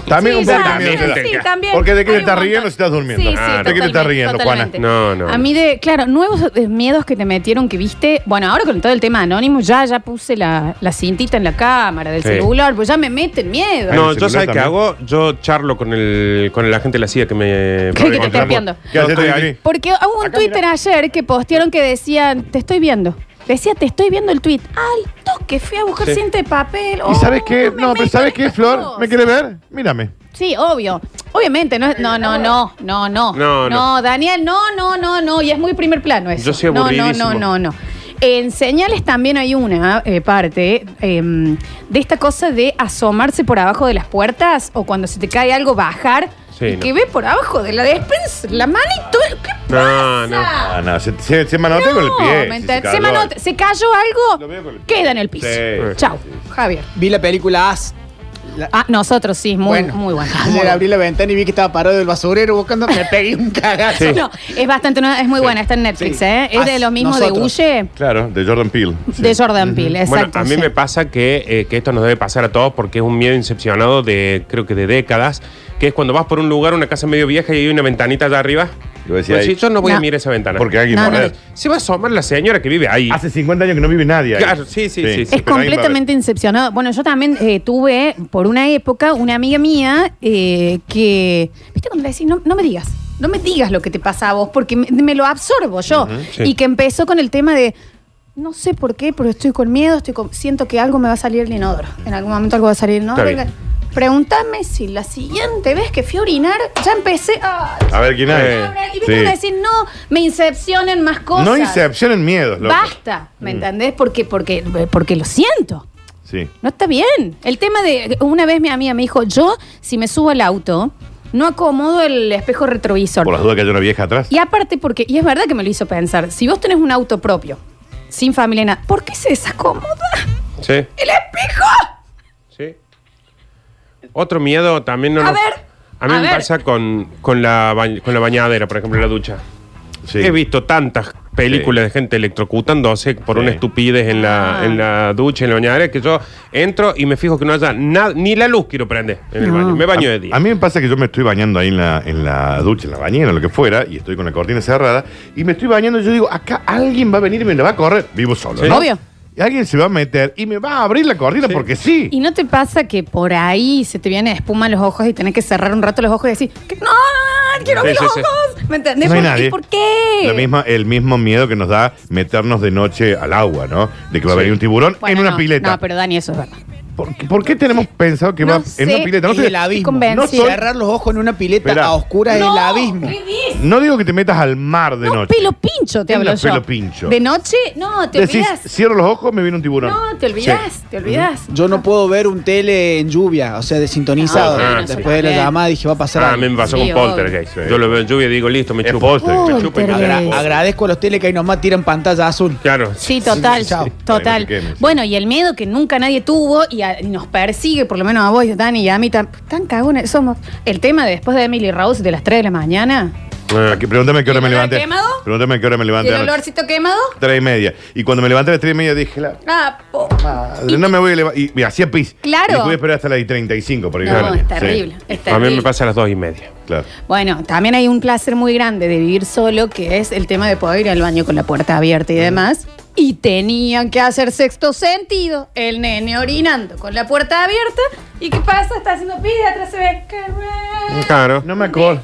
Speaker 2: También
Speaker 1: Sí,
Speaker 2: un poco
Speaker 1: ya,
Speaker 2: también.
Speaker 1: sí,
Speaker 2: te-
Speaker 1: sí, también.
Speaker 2: Porque de qué
Speaker 1: Hay
Speaker 2: te
Speaker 1: un
Speaker 2: estás
Speaker 1: montón.
Speaker 2: riendo si estás durmiendo.
Speaker 1: Sí, sí,
Speaker 2: ¿De
Speaker 3: Ah,
Speaker 2: qué te estás
Speaker 1: totalmente,
Speaker 2: riendo, Juana?
Speaker 1: totalmente.
Speaker 3: No, no.
Speaker 1: A mí de, claro, nuevos eh, miedos que te metieron que viste. Bueno, ahora con todo el tema anónimo, ya, ya puse la, la cintita en la cámara del
Speaker 3: Sí.
Speaker 1: celular, pues ya me meten miedo.
Speaker 2: Ay,
Speaker 3: No,
Speaker 2: el
Speaker 3: yo
Speaker 2: celular
Speaker 3: sabes qué
Speaker 2: también.
Speaker 3: hago, yo charlo con el, con el agente de la CIA que me...
Speaker 1: ¿Qué, que te
Speaker 3: Encontramos-
Speaker 1: esté espiando?
Speaker 2: ¿Qué haces,
Speaker 3: No, estoy
Speaker 2: Trini?
Speaker 3: ahí.
Speaker 1: Porque hubo un
Speaker 3: Acá,
Speaker 1: Twitter
Speaker 3: mirá.
Speaker 1: ayer que postearon que decían, te estoy viendo. Decía, te estoy viendo el tweet. Al toque, fui a buscar
Speaker 3: Sí.
Speaker 1: cinta de papel.
Speaker 2: ¿Y
Speaker 1: Oh,
Speaker 2: sabes qué?
Speaker 1: me
Speaker 2: No, pero
Speaker 1: meto
Speaker 2: ¿sabes
Speaker 1: en
Speaker 2: qué,
Speaker 1: estas
Speaker 2: Flor?
Speaker 1: cosas.
Speaker 2: ¿Me quiere ver? Mírame.
Speaker 1: Sí, obvio. Obviamente, no, es- no, no, no, no, no.
Speaker 3: No, no.
Speaker 1: Daniel, no, no, no, no. Y es muy primer plano eso.
Speaker 3: Yo soy
Speaker 1: No, no,
Speaker 3: aburridísimo.
Speaker 1: no, no, no. En señales también hay una eh, parte eh, de esta cosa de asomarse por abajo de las puertas o cuando se te cae algo bajar.
Speaker 3: Sí,
Speaker 1: y
Speaker 3: no.
Speaker 1: que ve por abajo de la despensa, la manito. ¿Qué
Speaker 3: No, no.
Speaker 2: Ah, no, se, se, se manotea con el
Speaker 1: No,
Speaker 2: pie.
Speaker 1: ¿me
Speaker 2: si
Speaker 1: entendés?
Speaker 2: cayó
Speaker 1: se, manote- se cayó algo,
Speaker 2: Lo veo con el-
Speaker 1: queda en el piso.
Speaker 2: Sí.
Speaker 1: Chao, Javier.
Speaker 4: Vi la película As. La-
Speaker 1: Ah, nosotros sí, muy bueno. Muy bueno.
Speaker 4: Ayer
Speaker 1: Muy bueno.
Speaker 4: abrí la ventana y vi que estaba parado del basurero buscando. Me pegué un cagazo.
Speaker 1: No, es bastante, nueva, es muy buena, está en Netflix,
Speaker 4: Sí.
Speaker 1: ¿eh? Es de
Speaker 4: Ah,
Speaker 1: los mismos de
Speaker 4: nosotros.
Speaker 1: Huye,
Speaker 2: Claro, de Jordan Peele.
Speaker 1: de Jordan Peele,
Speaker 3: Bueno,
Speaker 1: exacto.
Speaker 3: a mí
Speaker 1: sí.
Speaker 3: me pasa que, eh, que esto nos debe pasar a todos porque es un miedo incepcionado de, creo que de décadas, que es cuando vas por un lugar, una casa medio vieja y hay una ventanita allá arriba.
Speaker 2: Yo decía
Speaker 3: Pues
Speaker 2: ahí.
Speaker 3: sí, yo no voy a
Speaker 1: No.
Speaker 3: mirar esa ventana.
Speaker 2: Porque alguien
Speaker 1: No, no.
Speaker 2: morder.
Speaker 3: Se va a asomar la señora que vive ahí.
Speaker 2: Hace 50 años que no vive nadie ahí.
Speaker 3: Claro, sí, sí, sí, sí.
Speaker 1: Es
Speaker 2: pero ahí va a haber.
Speaker 1: completamente incepcionado. Bueno, yo también eh, tuve, por una época, una amiga mía eh, que, ¿viste cuando le decís, no, no me digas, no me digas lo que te pasa a vos, porque me, me lo absorbo yo?
Speaker 3: sí.
Speaker 1: Y que empezó con el tema de, no sé por qué, pero estoy con miedo, estoy con- siento que algo me va a salir el inodoro. En algún momento algo va a salir el inodoro.
Speaker 3: Está bien.
Speaker 1: Pregúntame si la siguiente vez que fui a orinar, ya empecé ¡ah! a...
Speaker 2: A ver quién
Speaker 3: Eh,
Speaker 1: Y
Speaker 2: es.
Speaker 1: viste cuando
Speaker 2: Sí.
Speaker 1: decís, no, me incepcionen más cosas.
Speaker 2: No incepcionen miedos, loco. Mm.
Speaker 1: Basta, ¿me entendés? Porque, porque, porque lo siento.
Speaker 2: Sí.
Speaker 1: No está bien. El tema de. Una vez mi amiga me dijo: Yo, si me subo al auto, no acomodo el espejo retrovisor.
Speaker 2: Por las dudas que hay una vieja atrás.
Speaker 1: Y aparte, porque. Y es verdad que me lo hizo pensar: si vos tenés un auto propio, sin familia, y nada, ¿por qué se desacomoda
Speaker 3: Sí,
Speaker 1: el espejo?
Speaker 3: sí. Otro miedo también no
Speaker 1: A
Speaker 3: nos-
Speaker 1: ver,
Speaker 3: A mí
Speaker 1: a
Speaker 3: me
Speaker 1: ver.
Speaker 3: pasa con, con, la ba- con la bañadera, por ejemplo, la ducha.
Speaker 2: Sí.
Speaker 3: He visto tantas películas de gente electrocutándose por
Speaker 2: Sí.
Speaker 3: una estupidez en la,
Speaker 1: Ah.
Speaker 3: en la ducha, en la bañadera, que yo entro y me fijo que no haya nada, ni la luz quiero prender en el
Speaker 1: No.
Speaker 3: baño. Me baño
Speaker 2: A-
Speaker 3: de día.
Speaker 2: A mí me pasa que yo me estoy bañando ahí en la, en la ducha, en la bañera, lo que fuera, y estoy con la cortina cerrada, y me estoy bañando y yo digo, acá alguien va a venir y me la va a correr. Vivo solo,
Speaker 3: Sí.
Speaker 2: ¿no?
Speaker 1: Obvio.
Speaker 2: Y alguien se va a meter y me va a abrir la cortina porque sí.
Speaker 1: ¿Y no te pasa que por ahí se te viene espuma a los ojos y tenés que cerrar un rato los ojos y decir: que No, quiero
Speaker 3: Sí,
Speaker 1: abrir
Speaker 3: sí,
Speaker 1: los
Speaker 3: sí.
Speaker 1: ojos? ¿Me entendés?
Speaker 2: No hay
Speaker 1: ¿Por-
Speaker 2: nadie.
Speaker 1: ¿Y por qué?
Speaker 2: Lo mismo, el mismo miedo que nos da meternos de noche al agua, ¿no? De que va a
Speaker 3: Sí.
Speaker 2: venir un tiburón
Speaker 1: Bueno,
Speaker 2: en una
Speaker 1: no,
Speaker 2: pileta.
Speaker 1: No, pero Dani, eso es verdad.
Speaker 2: ¿Por, qué- por qué tenemos pensado que
Speaker 1: No
Speaker 2: va en
Speaker 1: sé.
Speaker 2: una pileta? No,
Speaker 4: es
Speaker 2: sé-
Speaker 4: el abismo.
Speaker 1: convencida.
Speaker 4: No soy- Cerrar los ojos en una pileta
Speaker 2: Esperá.
Speaker 4: a oscura es el abismo.
Speaker 5: ¿Qué dices?
Speaker 2: no digo que te metas al mar de
Speaker 1: No,
Speaker 2: noche.
Speaker 1: pelo pincho, te
Speaker 2: Es
Speaker 1: hablo
Speaker 2: una
Speaker 1: yo.
Speaker 2: pelo pincho.
Speaker 1: ¿De noche? No, te
Speaker 2: Decís,
Speaker 1: olvidas.
Speaker 2: cierro los ojos, me viene un tiburón.
Speaker 1: No, te olvidas,
Speaker 2: Sí.
Speaker 1: te olvidas.
Speaker 4: Yo no puedo ver un tele en lluvia, o sea, desintonizado.
Speaker 3: Ah,
Speaker 4: Después
Speaker 1: sí.
Speaker 4: de la
Speaker 1: Bien.
Speaker 4: llamada dije, va a pasar
Speaker 3: Ah, a
Speaker 4: algo.
Speaker 3: mí me pasó
Speaker 1: Sí,
Speaker 3: con Poltergeist.
Speaker 2: obvio.
Speaker 3: Yo lo veo en lluvia y digo, listo, me
Speaker 2: Es
Speaker 3: chupo.
Speaker 2: Poltergeist.
Speaker 3: Me chupo y me
Speaker 1: Poltergeist.
Speaker 3: chupo.
Speaker 4: Agra- agradezco a los tele que hoy nos más tiran pantalla azul.
Speaker 3: Claro.
Speaker 1: Sí, total,
Speaker 4: chao.
Speaker 1: total.
Speaker 2: Ahí me quemes.
Speaker 1: Bueno, y el miedo que nunca nadie tuvo y, a- y nos persigue, por lo menos a vos, Dani, y a mí, tan, tan cagones somos. El tema de después de Emily Rose de las 3 de la mañana,
Speaker 2: Ah, que- Pregúntame a qué hora me
Speaker 1: ¿El olor
Speaker 2: levanté.
Speaker 1: quemado?
Speaker 2: Pregúntame a qué hora me
Speaker 1: y
Speaker 2: levanté.
Speaker 1: el
Speaker 2: anoche.
Speaker 1: olorcito quemado,
Speaker 2: Tres y media. Y cuando me levanté a las tres y media dije, la
Speaker 1: ah, po.
Speaker 2: madre, no me voy a levantar. Y, y hacía pis.
Speaker 1: Claro.
Speaker 2: Y voy a esperar hasta las y 35 por ir a la
Speaker 1: No,
Speaker 2: baña.
Speaker 1: es
Speaker 2: Sí,
Speaker 1: terrible, es
Speaker 3: A
Speaker 1: terrible.
Speaker 3: mí me pasa a las dos y media.
Speaker 2: claro.
Speaker 1: Bueno, también hay un placer muy grande de vivir solo, que es el tema de poder ir al baño con la puerta abierta y demás. Y tenían que hacer sexto sentido, el nene orinando con la puerta abierta. ¿Y qué pasa? Está haciendo pis, de atrás se ve.
Speaker 3: Claro.
Speaker 2: No me, acor-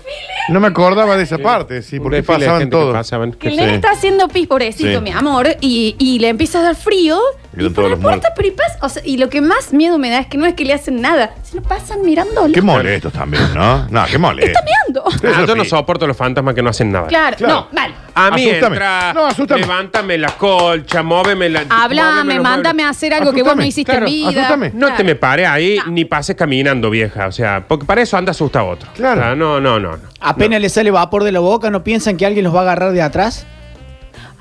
Speaker 2: no me acordaba de esa parte, sí,
Speaker 3: Un
Speaker 2: porque
Speaker 3: desfile de
Speaker 2: pasaban
Speaker 3: gente que
Speaker 2: todos.
Speaker 3: pasaban.
Speaker 1: Que el
Speaker 2: Sí.
Speaker 1: nene está haciendo pis, pobrecito,
Speaker 2: Sí.
Speaker 1: mi amor, y, y le empieza a dar frío.
Speaker 2: Y
Speaker 1: Y,
Speaker 2: eran
Speaker 1: por
Speaker 2: todos
Speaker 1: la
Speaker 2: los
Speaker 1: puerta, pero y pasa- o sea, y lo que más miedo me da es que no es que le hacen nada, sino pasan mirándolo.
Speaker 2: Qué molestos también, ¿no? No, qué molestos.
Speaker 1: Está mirando.
Speaker 3: Ah, yo no
Speaker 2: Sí.
Speaker 3: soporto los fantasmas que no hacen nada.
Speaker 1: Claro,
Speaker 2: Claro.
Speaker 1: no, mal.
Speaker 3: A mí
Speaker 2: Asústame.
Speaker 3: entra,
Speaker 2: No, asústame.
Speaker 3: levántame la colcha, móveme la... móveme
Speaker 1: Háblame,
Speaker 3: los
Speaker 1: mándame
Speaker 3: muebles.
Speaker 1: a hacer algo que vos no
Speaker 2: Asustame,
Speaker 1: hiciste
Speaker 3: claro,
Speaker 1: en vida.
Speaker 2: asustame.
Speaker 3: No te me pares ahí
Speaker 1: No.
Speaker 3: ni pases caminando, vieja. O sea, porque para eso anda asusta a otro.
Speaker 2: Claro.
Speaker 3: O sea, no, no, no. no.
Speaker 4: Apenas le sale vapor de la boca, ¿no piensan que alguien los va a agarrar de atrás?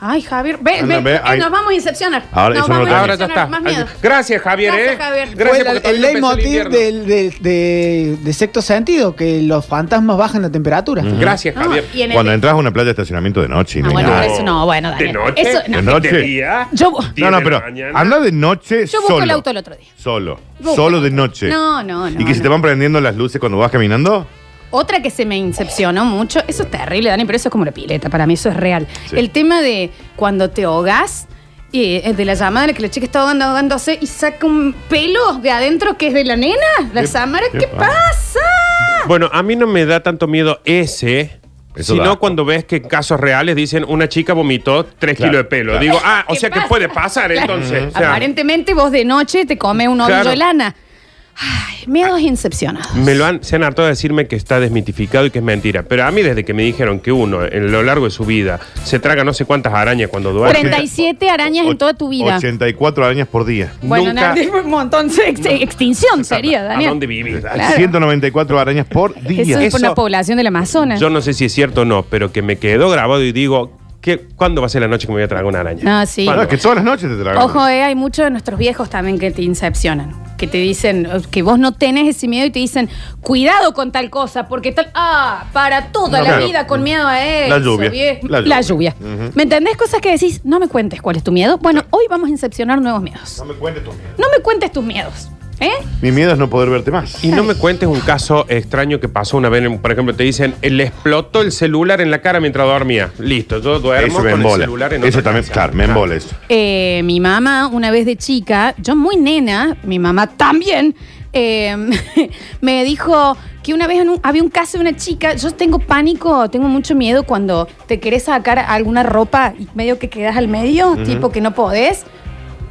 Speaker 1: Ay, Javier, ve,
Speaker 2: Anda,
Speaker 1: ve,
Speaker 2: ve,
Speaker 1: eh,
Speaker 2: ahí.
Speaker 1: nos vamos a incepcionar.
Speaker 2: Ahora,
Speaker 1: nos
Speaker 2: eso no
Speaker 1: vamos
Speaker 2: lo
Speaker 1: a
Speaker 2: tengo.
Speaker 3: Ahora ya
Speaker 1: incepcionar,
Speaker 3: está.
Speaker 1: más miedo.
Speaker 3: Gracias, Javier,
Speaker 1: Gracias,
Speaker 3: ¿eh?
Speaker 1: Javier.
Speaker 3: Gracias
Speaker 4: Fue
Speaker 3: porque
Speaker 4: el,
Speaker 3: todavía
Speaker 4: el
Speaker 3: no empezó el
Speaker 4: leitmotiv
Speaker 3: invierno.
Speaker 4: del, del- de, de sexto sentido, que los fantasmas bajan la temperatura.
Speaker 3: Gracias,
Speaker 1: No,
Speaker 3: Javier.
Speaker 1: y en el-
Speaker 2: Cuando entras a una playa de estacionamiento de noche y
Speaker 1: Ah,
Speaker 2: no hay
Speaker 1: bueno,
Speaker 2: nada.
Speaker 1: pero eso no, bueno, Daniel.
Speaker 3: ¿De noche?
Speaker 1: Eso, no.
Speaker 2: ¿De noche?
Speaker 3: ¿De día?
Speaker 1: Yo bu-
Speaker 3: ¿Diez
Speaker 2: No, no,
Speaker 3: de
Speaker 2: pero
Speaker 3: la mañana?
Speaker 2: anda de noche
Speaker 1: Yo busco
Speaker 2: solo.
Speaker 1: el auto el otro día.
Speaker 2: Solo.
Speaker 1: Busco.
Speaker 2: Solo de noche.
Speaker 1: No, no, no,
Speaker 2: ¿Y que se
Speaker 1: no.
Speaker 2: te van prendiendo las luces cuando vas caminando?
Speaker 1: Otra que se me incepcionó mucho, eso es terrible, Dani, pero eso es como la pileta, para mí eso es real.
Speaker 2: Sí.
Speaker 1: El tema de cuando te ahogás, eh, es de la llamada en la que la chica está ahogando, ahogándose y saca un pelo de adentro que es de la nena, la
Speaker 2: ¿Qué-
Speaker 1: Samara,
Speaker 2: qué
Speaker 1: ¿qué
Speaker 2: pasa?
Speaker 1: pasa?
Speaker 3: Bueno, a mí no me da tanto miedo ese.
Speaker 2: Eso da
Speaker 3: sino
Speaker 2: asco.
Speaker 3: cuando ves que en casos reales dicen una chica vomitó 3
Speaker 2: Claro,
Speaker 3: kilos de pelo.
Speaker 2: claro.
Speaker 3: Digo, ah, o
Speaker 1: ¿Qué
Speaker 3: sea que
Speaker 1: pasa?
Speaker 3: puede pasar entonces. O sea,
Speaker 1: Aparentemente vos de noche te comes un ovillo
Speaker 3: Claro.
Speaker 1: de lana. Ay, miedos incepcionados.
Speaker 3: Me lo han, se han hartado de decirme que está desmitificado y que es mentira. Pero a mí desde que me dijeron que uno, en lo largo de su vida, se traga no sé cuántas arañas cuando duerme.
Speaker 1: 37 arañas en toda tu vida.
Speaker 2: 84 arañas por día.
Speaker 1: Bueno, nada,
Speaker 3: Nunca-
Speaker 1: un montón de ex- extinción sería,
Speaker 3: ¿A
Speaker 1: Daniel.
Speaker 3: dónde vivís?
Speaker 1: Claro.
Speaker 2: 194 arañas por día. Ah,
Speaker 1: Eso es por
Speaker 3: Eso-
Speaker 1: una población del Amazonas.
Speaker 3: Yo no sé si es cierto o no, pero que me quedó grabado y digo, ¿qué, ¿cuándo va a ser la noche que me voy a tragar una araña?
Speaker 1: No, Ah, sí.
Speaker 2: No,
Speaker 3: ¿Cuándo?
Speaker 2: es que todas las noches te tragan.
Speaker 1: Ojo, eh, hay muchos de nuestros viejos también que te incepcionan. Que te dicen eh, que vos no tenés ese miedo y te dicen, cuidado con tal cosa, porque tal. Ah, para toda
Speaker 2: No,
Speaker 1: la
Speaker 2: claro.
Speaker 1: vida con miedo a eso.
Speaker 2: lluvia,
Speaker 1: vie-
Speaker 2: la
Speaker 1: La
Speaker 2: lluvia.
Speaker 1: lluvia.
Speaker 2: Ujú.
Speaker 1: ¿Me entendés? Cosas que decís, no me cuentes cuál es tu miedo. Bueno, hoy vamos a incepcionar nuevos miedos.
Speaker 2: No me cuentes tu miedo.
Speaker 1: No me cuentes tus miedos. ¿Eh?
Speaker 2: Mi miedo es no poder verte más.
Speaker 3: Y no me cuentes un caso extraño que pasó una vez, por ejemplo, te dicen, le explotó el celular en la cara mientras dormía. Listo, yo duermo
Speaker 2: Eso me
Speaker 3: con el
Speaker 2: embola.
Speaker 3: celular en
Speaker 2: Eso
Speaker 3: otra
Speaker 2: también,
Speaker 3: casa.
Speaker 2: claro, me embola eso.
Speaker 1: Eh, mi mamá, una vez de chica, yo muy nena, mi mamá también, eh, me dijo que una vez en un- había un caso de una chica, yo tengo pánico, tengo mucho miedo cuando te querés sacar alguna ropa y medio que quedas al medio, tipo que no podés.